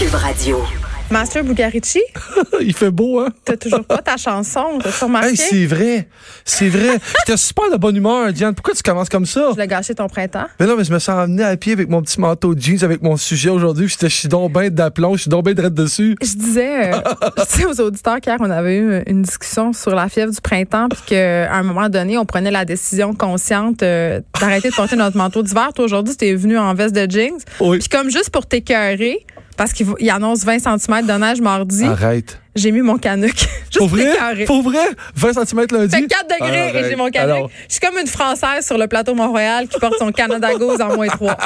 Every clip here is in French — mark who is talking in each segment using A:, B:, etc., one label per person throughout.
A: Cube Radio.
B: Master Bugarici,
C: Il fait beau, hein?
B: t'as toujours pas ta chanson, t'as remarqué?
C: Hey, c'est vrai. C'est vrai. J'étais super de bonne humeur, Diane. Pourquoi tu commences comme ça?
B: Tu l'as gâché ton printemps.
C: Mais non, mais je me sens amené à pied avec mon petit manteau de jeans, avec mon sujet aujourd'hui. puis J'étais, je suis donc ben d'aplomb, je suis donc ben drette dessus.
B: Je disais, euh, je disais aux auditeurs qu'hier, on avait eu une discussion sur la fièvre du printemps, puis qu'à un moment donné, on prenait la décision consciente euh, d'arrêter de porter notre manteau d'hiver. Toi, aujourd'hui, t'es venu en veste de jeans.
C: Oui.
B: Puis comme juste pour t'écœurer, parce qu'il va- il annonce 20 cm de neige mardi,
C: Arrête.
B: j'ai mis mon canuc. juste
C: Pour vrai?
B: t'écœurer.
C: Pour vrai? 20 cm lundi?
B: Fait 4 degrés
C: Arrête.
B: et j'ai mon canuc.
C: Alors,
B: Je suis comme une Française sur le plateau Mont-Royal qui porte son Canada Goose en moins 3.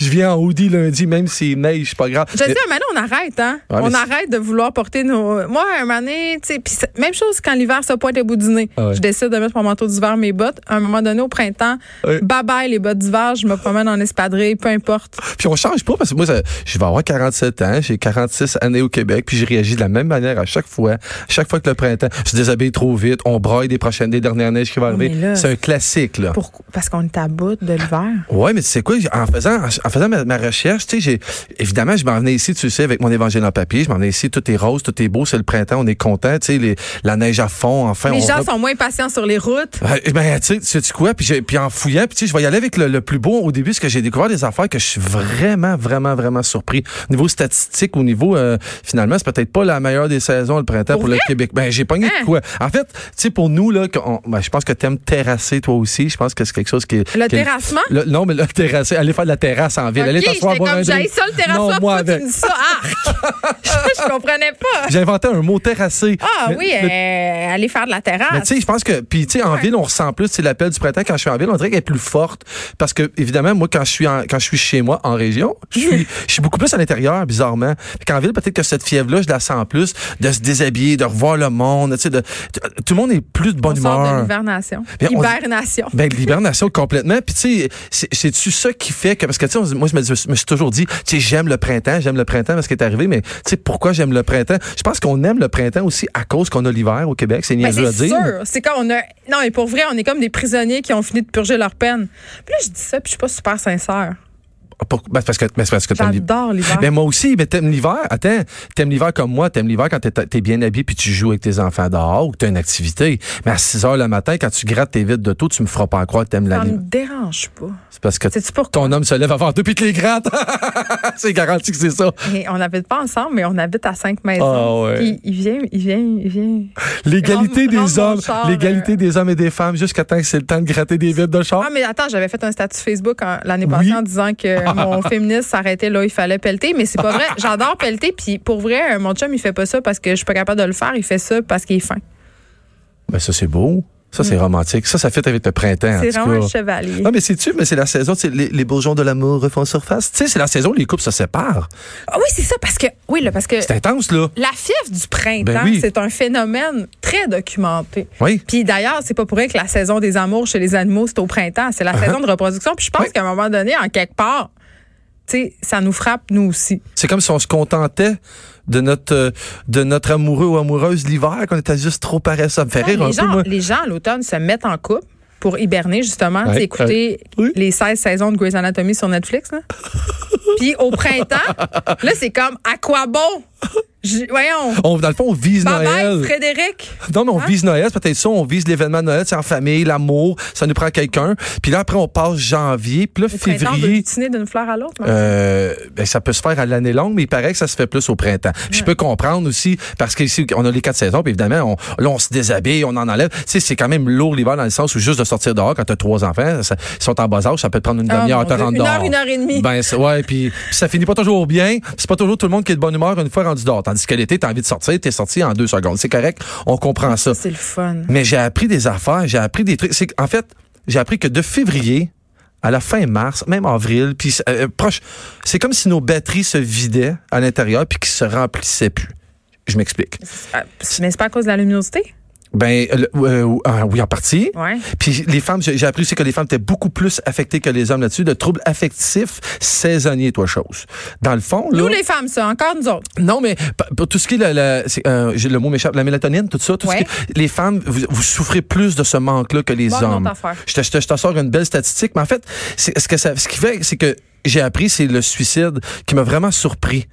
C: je viens en hoodie lundi, même si neige, c'est pas grave.
B: Je
C: Mais-
B: dis, mais là, on arrête, hein?
C: Ouais, mais
B: on
C: c'est-
B: arrête de vouloir porter nos. Moi, un moment donné, tu sais, puis c'est- même chose quand l'hiver se pointe au bout du nez.
C: Ah ouais.
B: Je décide de mettre mon manteau d'hiver, mes bottes. À un moment donné, au printemps,
C: Ouais.
B: bye bye les bottes d'hiver, je me promène en espadrille, peu importe.
C: Puis on change pas parce que moi, ça- je vais avoir 47 ans, j'ai 46 années au Québec, puis je réagis de la même manière à chaque fois. À chaque fois que le printemps, je déshabille trop vite, on braille des prochaines, des dernières neiges qui vont
B: mais
C: arriver.
B: là-
C: C'est un classique, là.
B: Pourquoi? Parce qu'on est à bout de l'hiver.
C: Ouais, mais tu sais quoi, en faisant, en faisant ma, ma recherche, tu sais, j'ai, évidemment, je m'en venais ici, tu sais, avec mon évangile en papier, je m'en venais ici, tout est rose, tout est beau, c'est le printemps, on est content, tu sais, les- la neige à fond, enfin.
B: les
C: on
B: gens
C: rep-
B: sont moins patients sur les routes.
C: Ouais, ben, tu sais, tu sais-tu quoi? Puis, j'ai- puis en fouillant, puis tu sais, je vais y aller avec le, le plus beau au début, parce que j'ai découvert des affaires que je suis vraiment, vraiment, vraiment surpris. Au niveau statistique, au niveau, euh, finalement, c'est peut-être pas la meilleure des saisons, le printemps, pour, le Québec. Ben, j'ai pogné
B: Hein?
C: de quoi? En fait, tu sais, pour nous, là, qu'on- ben, je pense que t'aimes terrasser, toi aussi. Je pense que c'est quelque chose qui est...
B: Le
C: qui est-
B: terrassement?
C: Le- non, mais le terrasser, aller faire de la terrasse en ville.
B: Ok,
C: aller
B: j'étais
C: t'asseoir, boire un
B: comme,
C: drink.
B: j'aille ça le
C: Non,
B: terrassement,
C: moi
B: pourquoi
C: avec.
B: tu me dis ça? Arc! je comprenais pas.
C: J'ai inventé un mot terrasser.
B: Ah
C: Mais-
B: oui,
C: mais-
B: euh, aller faire de la
C: Mais
B: terrasse.
C: tu sais, je pense que puis tu sais en ville on ressent plus c'est l'appel du printemps quand je suis en ville, on dirait qu'elle est plus forte parce que évidemment moi quand je suis en- quand je suis chez moi en région, je
B: Mhm.
C: suis je suis beaucoup plus à l'intérieur bizarrement. Puis qu'en ville peut-être que cette fièvre là, je la sens plus de se déshabiller, de revoir le monde, tu sais de t- tout le monde est plus de bonne
B: on
C: humeur.
B: sort de l'hivernation.
C: Bien, on dit-
B: Hibernation.
C: Ben, de l'hibernation complètement. Puis, tu sais, c'est- c'est-tu ça qui fait que. Parce que, tu sais, on- moi, je me, dis- je me suis toujours dit, tu sais, j'aime le printemps, j'aime le printemps parce qu'il est arrivé, mais, tu sais, pourquoi j'aime le printemps? Je pense qu'on aime le printemps aussi à cause qu'on a l'hiver au Québec. C'est
B: Ben,
C: niaiseux à
B: c'est
C: dire.
B: sûr. C'est quand on a. Non, mais pour vrai, on est comme des prisonniers qui ont fini de purger leur peine. Puis là, je dis ça, puis je suis pas super sincère.
C: Pour- ben, c'est parce que, ben, c'est parce que t'aimes l'hiver.
B: J'adore l'hiver.
C: Ben, moi aussi, mais t'aimes l'hiver. Attends, t'aimes l'hiver comme moi. T'aimes l'hiver quand t'es, t'es bien habillé puis tu joues avec tes enfants dehors ou que t'as une activité. Mais à 6 heures le matin, quand tu grattes tes vides de tôt, tu me feras pas croire que t'aimes
B: ça me
C: l'hiver.
B: dérange pas.
C: C'est parce que
B: Sais-tu pourquoi?
C: ton homme se lève avant toi puis te les gratte. c'est garanti que c'est ça.
B: Et on n'habite pas ensemble, mais on habite à cinq maisons.
C: Ah ouais.
B: Puis il vient, il vient, il vient.
C: L'égalité
B: Rentre- rentre
C: des
B: dans le
C: hommes,
B: char,
C: l'égalité des hommes et des femmes jusqu'à temps que c'est le temps de gratter des vides de char.
B: Ah, mais attends, j'avais fait un statut Facebook en- l'année passée
C: Oui.
B: en disant que mon féministe s'arrêtait là, il fallait pelleter, mais c'est pas vrai. J'adore pelleter, puis pour vrai, euh, mon chum, il fait pas ça parce que je suis pas capable de le faire, il fait ça parce qu'il est fin.
C: Ben ça c'est beau, ça c'est romantique, ça ça fait avec le printemps. en
B: Mm. C'est
C: tout cas.
B: vraiment un chevalier.
C: Non Ah, mais c'est tu mais c'est la saison, tu sais, les, les bourgeons de l'amour refont surface. Tu sais c'est la saison où les couples se séparent.
B: Ah oui, c'est ça, parce que. Oui, là, parce que.
C: C'est intense là.
B: La fièvre du printemps,
C: Ben oui.
B: c'est un phénomène très documenté.
C: Oui.
B: Puis d'ailleurs, c'est pas pour rien que la saison des amours chez les animaux, c'est au printemps, c'est la saison de reproduction. Puis je pense
C: Uh-huh. Oui.
B: qu'à un moment donné, en quelque part, tu sais, ça nous frappe nous aussi.
C: C'est comme si on se contentait de notre euh, de notre amoureux ou amoureuse l'hiver qu'on était juste trop paresseux. Ça me fait rire un
B: les, gens,
C: peu moi.
B: les gens, à l'automne, se mettent en couple pour hiberner, justement,
C: Ouais,
B: tu sais, écouter
C: ouais. Oui.
B: les 16 saisons de Grey's Anatomy sur Netflix. là. Puis au printemps, là, c'est comme à quoi bon? J- Voyons.
C: On, dans le fond, on vise
B: Bye
C: Noël.
B: bye, Frédéric.
C: Non, mais on vise Noël, c'est peut-être ça, on vise l'événement de Noël, c'est en famille, l'amour, ça nous prend quelqu'un. Puis là, après, on passe janvier, puis là,
B: Le printemps
C: février.
B: de tiner d'une fleur à l'autre. là.
C: Euh, ben, ça peut se faire à l'année longue, mais il paraît que ça se fait plus au printemps. Puis Je peux comprendre aussi, parce qu'ici, on a les quatre saisons, puis évidemment, on, là, on se déshabille, on en enlève. Tu sais, c'est quand même lourd l'hiver dans le sens où juste de sortir dehors quand t'as trois enfants, ça- ils sont en bas âge, ça peut te prendre une
B: Ah,
C: demi-heure,
B: mon
C: te
B: Dieu.
C: rendre
B: Une
C: dehors.
B: heure, une heure et demie.
C: Ben, c'est- ouais, puis puis ça finit pas toujours bien. C'est pas toujours tout le monde qui est de bonne humeur une fois rendu dehors. Tandis que l'été, t'as envie de sortir, t'es sorti en deux secondes. C'est correct, on comprend ça.
B: C'est le fun.
C: Mais j'ai appris des affaires, j'ai appris des trucs. C'est que, en fait, j'ai appris que de février à la fin mars, même avril, puis euh, proche, c'est comme si nos batteries se vidaient à l'intérieur puis qu'ils se remplissaient plus. Je m'explique.
B: Ah, Mais c'est pas à cause de la luminosité?
C: Ben euh, le- euh, euh, oui en partie.
B: Ouais.
C: Puis les femmes, j'ai j'ai appris aussi que les femmes étaient beaucoup plus affectées que les hommes là-dessus, de troubles affectifs saisonniers, toi chose. Dans le fond, là,
B: Nous, les femmes, ça, encore nous autres.
C: non, mais pa- pour tout ce qui est la, la- c'est, euh, j'ai- le mot m'échappe, la mélatonine, tout ça, tout ce
B: Ouais.
C: qui- les femmes, vous, vous souffrez plus de ce manque-là que les
B: Bon, une autre
C: hommes.
B: affaire.
C: Je te, je te- je te sors une belle statistique, mais en fait, c'est- ce que ça, ce qui fait, c'est que j'ai appris, c'est le suicide qui m'a vraiment surpris.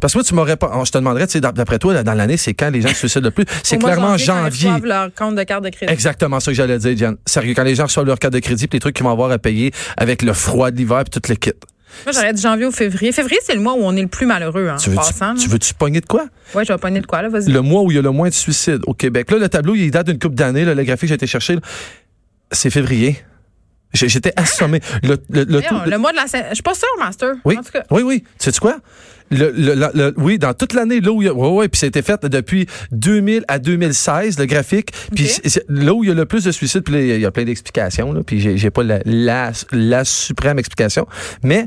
C: Parce que moi, tu m'aurais pas. Je te demanderais, tu sais, d'après toi, dans l'année, c'est quand les gens se suicident le plus? C'est
B: Au mois de
C: clairement
B: quand ils
C: janvier.
B: reçoivent leur compte de carte de crédit.
C: Exactement ça que j'allais dire, Diane. Sérieux, quand les gens reçoivent leur carte de crédit, pis les trucs qu'ils vont avoir à payer avec le froid de l'hiver puis tout le kit.
B: Moi, j'aurais dit janvier ou février. Février, c'est le mois où on est le plus malheureux, hein,
C: Tu
B: en
C: veux-tu
B: passant.
C: tu veux-tu pogner de quoi?
B: Oui, je vais pogner de quoi, là, vas-y.
C: Le mois où il y a le moins de suicides au Québec. Là, le tableau, il date d'une couple d'années. là, Le graphique que j'ai été chercher, là, c'est février. J'ai- J'étais assommé. Le, le- le
B: Voyons,
C: tout-
B: Le mois de la Saint... Je suis pas sûre, Master.
C: Oui.
B: En tout cas,
C: Oui, oui. Tu sais quoi? Le, le- la- le- oui, dans toute l'année, là où il y a, ouais, ouais, puis c'était fait depuis 2000 à 2016, le graphique. Puis
B: Ok.
C: c'est- c'est- là où il y a le plus de suicides, puis là, il y a plein d'explications, là, puis j'ai, j'ai pas la, la, la suprême explication. Mais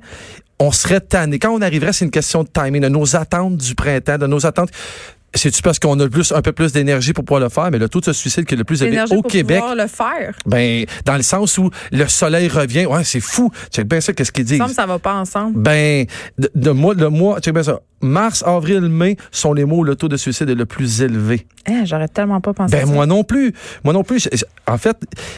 C: on serait tanné. Quand on arriverait, c'est une question de timing, de nos attentes du printemps, de nos attentes. C'est-tu parce qu'on a le plus, un peu plus d'énergie pour pouvoir le faire, mais le taux de suicide qui est le plus élevé
B: l'énergie
C: au
B: pour
C: Québec,
B: pouvoir le faire.
C: ben, dans le sens où le soleil revient, ouais, c'est fou. Check bien ça, qu'est-ce qu'ils disent.
B: Il me semble que ça va pas ensemble.
C: Ben, de, de mois, le mois, check bien ça. Mars, avril, mai sont les mois où le taux de suicide est le plus élevé.
B: Eh, j'aurais tellement pas pensé. à
C: Ben,
B: ça.
C: moi non plus. Moi non plus. Je- je- En fait,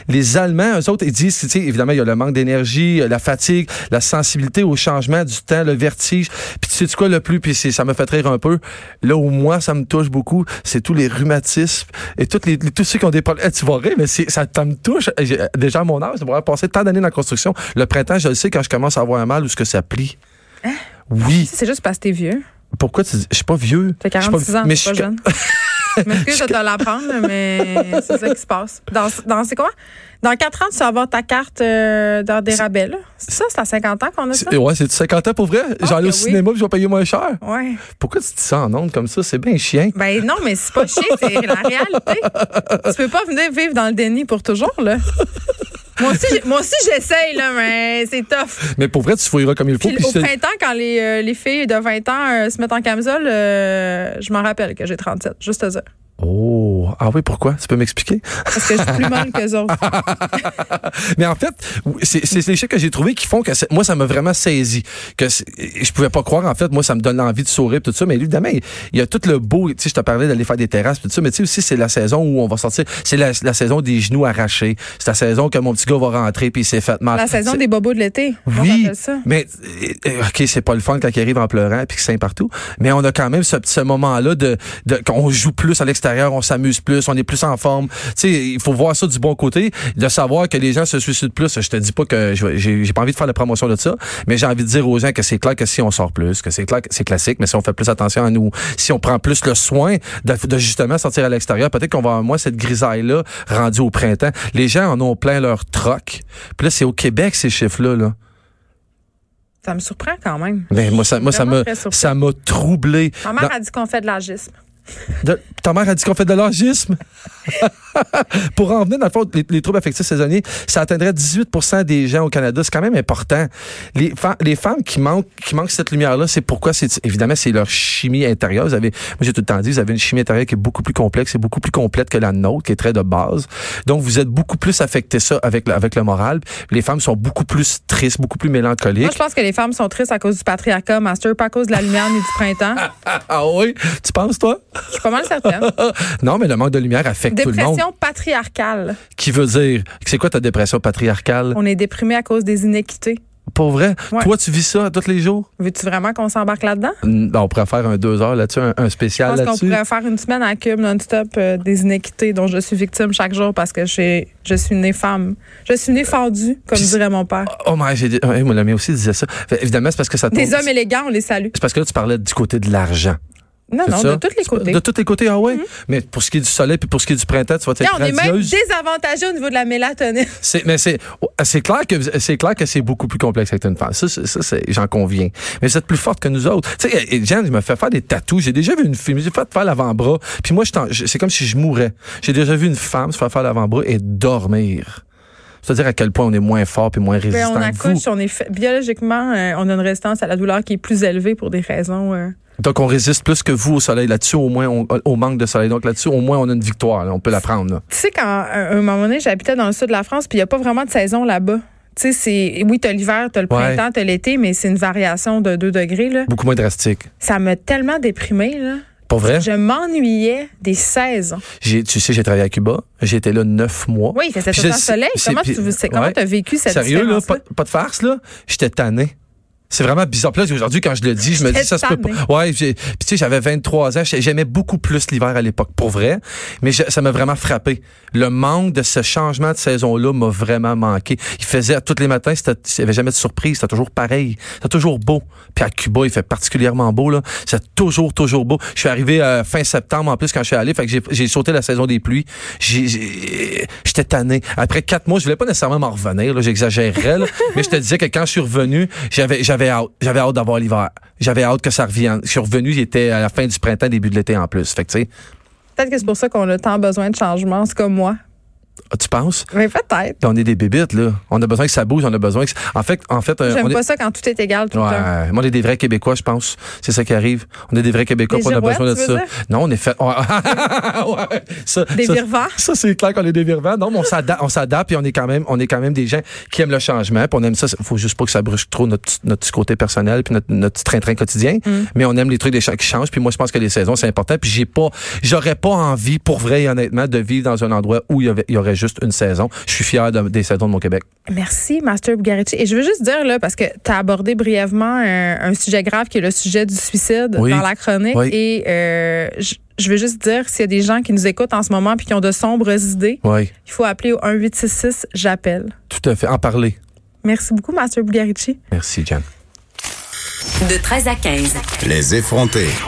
C: les Allemands, eux autres, ils disent, tu sais, évidemment, il y a le manque d'énergie, euh, la fatigue, la sensibilité au changement du temps, le vertige. Puis tu sais quoi le plus, puis c'est- ça me fait rire un peu. Là où moi, ça me touche beaucoup, c'est tous les rhumatismes et toutes les, les- tous ceux qui ont des problèmes. Eh, tu vas rire, mais c'est- ça, ça me touche. J'ai- Déjà à mon âge, pour avoir passé tant d'années dans la construction, le printemps, je le sais quand je commence à avoir un mal ou ce que ça plie.
B: Hein?
C: Oui.
B: C'est juste parce que t'es vieux.
C: Pourquoi tu dis, je suis pas vieux.
B: T'as
C: Je suis
B: 46
C: pas-
B: ans,
C: mais
B: t'es
C: je
B: pas
C: suis-
B: jeune. Je m'excuse de te l'apprendre, mais c'est ça qui se passe. Dans, dans c'est quoi? Dans 4 ans, tu vas avoir ta carte euh, dans des rabais, là. C'est ça, c'est à 50 ans qu'on a ça?
C: C'est- Ouais, c'est 50 ans pour vrai.
B: Ah,
C: J'allais au
B: que
C: cinéma puis je vais payer moins cher.
B: Ouais.
C: Pourquoi tu dis ça en ondes comme ça? C'est bien chien.
B: Ben non, mais c'est pas chier, c'est la réalité. Tu peux pas venir vivre dans le déni pour toujours, là. Moi aussi, j'ai- moi aussi j'essaye, là, mais c'est tough.
C: Mais pour vrai, tu fouilleras comme il faut.
B: Puis
C: Puis
B: au
C: c'est-
B: printemps, quand les, euh, les filles de 20 ans euh, se mettent en camisole, euh, je m'en rappelle que j'ai 37, juste à dire.
C: oh, ah oui, pourquoi? Tu peux m'expliquer?
B: Parce que je suis plus molle qu'eux autres.
C: Mais en fait, c'est c'est les chiffres que j'ai trouvés qui font que c'est- moi, ça m'a vraiment saisi. Que c'est- je pouvais pas croire, en fait, moi, ça me donne l'envie de sourire tout ça. Mais évidemment, il il y a tout le beau. Tu sais, je te parlais d'aller faire des terrasses tout ça. Mais tu sais aussi, c'est la saison où on va sortir. C'est la, la saison des genoux arrachés. C'est la saison que mon petit gars va rentrer puis il s'est fait mal.
B: La saison
C: Ah, C'est-
B: des bobos de l'été. Comment on
C: Oui,
B: appelle ça?
C: mais euh, euh, ok, c'est pas le fun quand il arrive en pleurant puis que c'est partout. Mais on a quand même ce petit ce moment-là de, de qu'on joue plus à l'extérieur, on s'amuse plus, on est plus en forme. Tu sais, il faut voir ça du bon côté, de savoir que les gens se suicident plus. Je te dis pas que je vais- j'ai j'ai pas envie de faire la promotion de ça, mais j'ai envie de dire aux gens que c'est clair que si on sort plus, que c'est clair que c'est classique, mais si on fait plus attention à nous, si on prend plus le soin de, de justement sortir à l'extérieur, peut-être qu'on va avoir moins cette grisaille-là rendue au printemps. Les gens en ont plein leur troc. Puis là, c'est au Québec ces chiffres-là. Là.
B: Ça me surprend quand même.
C: Mais moi, ça, moi, ça
B: Vraiment
C: me,
B: très surpris.
C: ça m'a troublé.
B: Ma mère a dit qu'on fait de l'agisme.
C: De- ta mère a dit qu'on fait de l'orgisme. Pour en venir, dans le fond, les, les troubles affectifs saisonniers, ça atteindrait 18 des gens au Canada. C'est quand même important. Les, fa- les femmes qui manquent, qui manquent cette lumière-là, c'est pourquoi c'est, évidemment, c'est leur chimie intérieure. Vous avez, moi, j'ai tout le temps dit, vous avez une chimie intérieure qui est beaucoup plus complexe et beaucoup plus complète que la nôtre, qui est très de base. Donc, vous êtes beaucoup plus affecté ça avec, le- avec le moral. Les femmes sont beaucoup plus tristes, beaucoup plus
B: Moi,
C: mélancoliques.
B: je pense que les femmes sont tristes à cause du patriarcat, master, pas à cause de la lumière ni du printemps.
C: Ah, ah oui? Tu penses, toi?
B: Je suis pas mal certaine.
C: Non, mais le manque de lumière affecte tout le monde.
B: Dépression patriarcale.
C: Qui veut dire, c'est quoi ta dépression patriarcale?
B: On est déprimé à cause des inéquités.
C: Pour vrai?
B: Ouais.
C: Toi, tu vis ça tous les jours?
B: Veux-tu vraiment qu'on s'embarque là-dedans?
C: Mm, On pourrait faire un deux heures là-dessus, un, un
B: Je
C: spécial
B: pense qu'on
C: là-dessus.
B: pourrait faire une semaine à cube non-stop euh, des inéquités dont je suis victime chaque jour parce que j'ai- je suis née femme. Je suis née fendue, comme
C: Puis-
B: dirait mon père.
C: Oh my, j'ai dit, hey, mon ami aussi disait ça. Fait, évidemment, c'est parce que ça tombe-
B: Des hommes élégants, on les salue.
C: C'est parce que là, tu parlais du côté de l'argent.
B: Non,
C: c'est
B: non,
C: ça?
B: de tous les
C: C'est pas-
B: côtés.
C: De tous les côtés, ah ouais. Mais pour ce qui est du soleil puis pour ce qui est du printemps, tu vas
B: Tiens,
C: être
B: on est même
C: radieuse.
B: désavantagé au niveau de la mélatonine.
C: C'est, mais c'est, oh, c'est clair que c'est clair que c'est beaucoup plus complexe avec une femme. Ça, c'est- ça, c'est- j'en conviens. Mais vous êtes plus forte que nous autres. Tu sais, eh, et- et Jeanne, je me fais faire des tatous. J'ai déjà vu une fille, j'ai fait faire l'avant-bras. Puis moi, je t'en- je- c'est comme si je mourais. J'ai déjà vu une femme se faire faire l'avant-bras et dormir. C'est-à-dire à quel point on est moins fort et moins
B: Ben, on
C: résistant. que vous.
B: accouche, on est fait- biologiquement, euh, on a une résistance à la douleur qui est plus élevée pour des raisons. euh,
C: Donc on résiste plus que vous au soleil. Là-dessus, au moins, on- au manque de soleil. Donc là-dessus, au moins, on a une victoire. là. On peut la prendre. là.
B: Tu sais, quand à un moment donné, j'habitais dans le sud de la France, puis il n'y a pas vraiment de saison là-bas. Tu sais, c'est. Oui, t'as l'hiver, t'as le
C: Ouais.
B: printemps, t'as l'été, mais c'est une variation de 2 degrés, là.
C: Beaucoup moins drastique.
B: Ça m'a tellement déprimée, là.
C: Pour vrai?
B: Je m'ennuyais des saisons.
C: J'ai, tu sais, j'ai travaillé à Cuba. J'ai été là neuf mois.
B: Oui, il faisait
C: Puis
B: tout le
C: je
B: temps
C: sais-
B: soleil.
C: c'est-
B: Comment
C: puis-
B: tu veux- c'est- comment
C: ouais.
B: t'as vécu cette
C: Sérieux, là,
B: différence-là?
C: pas, pas de farce, là? J'étais tanné. C'est vraiment bizarre. Puis là, aujourd'hui, quand je le dis, je me dis, ça se peut
B: tannée.
C: pas. Ouais, j'ai- puis tu sais, j'avais 23 ans. J'aimais beaucoup plus l'hiver à l'époque, pour vrai. Mais je- ça m'a vraiment frappé. Le manque de ce changement de saison-là m'a vraiment manqué. Il faisait, tous les matins, c'était- il n'y avait jamais de surprise. C'était toujours pareil. C'était toujours beau. Puis à Cuba, il fait particulièrement beau, là. C'était toujours, toujours beau. Je suis arrivé euh, fin septembre, en plus, quand je suis allé. Fait que j'ai- j'ai sauté la saison des pluies. J'ai- j'ai- J'étais tanné. Après quatre mois, je voulais pas nécessairement m'en revenir, là. J'exagérais, là. Mais je te disais que quand je suis revenu, j'avais, j'avais hâte. J'avais hâte d'avoir l'hiver. J'avais hâte que ça revienne. Je suis revenu, il était à la fin du printemps, début de l'été en plus. Fait que, tu sais,
B: Peut-être que c'est pour ça qu'on a tant besoin de changements, c'est comme moi.
C: ah, tu penses?
B: Mais peut-être.
C: On est des bébites, là. On a besoin que ça bouge, on a besoin que. En fait, en fait, euh, on
B: J'aime
C: est-
B: pas ça quand tout est égal tout le temps.
C: Ouais, moi, on est des vrais Québécois, je pense. C'est ça qui arrive. On est des vrais Québécois,
B: Des
C: puis on a
B: girouettes,
C: besoin de
B: tu veux
C: ça.
B: dire?
C: Non, on est fait. Ouais. Ouais. Ça,
B: Des
C: ça-
B: virements.
C: Ça, c'est clair qu'on est des virements. Non, mais on s'adapte, on s'adapte, puis on est quand même, on est quand même des gens qui aiment le changement, puis on aime ça. Faut juste pas que ça brusque trop notre, petit- notre petit côté personnel, puis notre, notre petit train-train quotidien.
B: Mm.
C: Mais on aime les trucs des cha- qui changent. Puis moi, je pense que les saisons, c'est important. Puis j'ai pas, j'aurais pas envie, pour vrai et honnêtement, de vivre dans un endroit où il y, avait- il y aurait juste une saison. Je suis fier de- des saisons de mon Québec.
B: Merci, Master Bugarici. Et je veux juste dire, là, parce que tu as abordé brièvement un, un sujet grave qui est le sujet du suicide
C: Oui.
B: dans la chronique.
C: Oui.
B: Et euh, je- je veux juste dire, s'il y a des gens qui nous écoutent en ce moment puis qui ont de sombres idées,
C: Oui,
B: il faut appeler au 1866 J'appelle.
C: tout à fait. En parler.
B: Merci beaucoup, Master Bugarici.
C: Merci, Jan.
A: De 13 à 15.
D: Les effronter.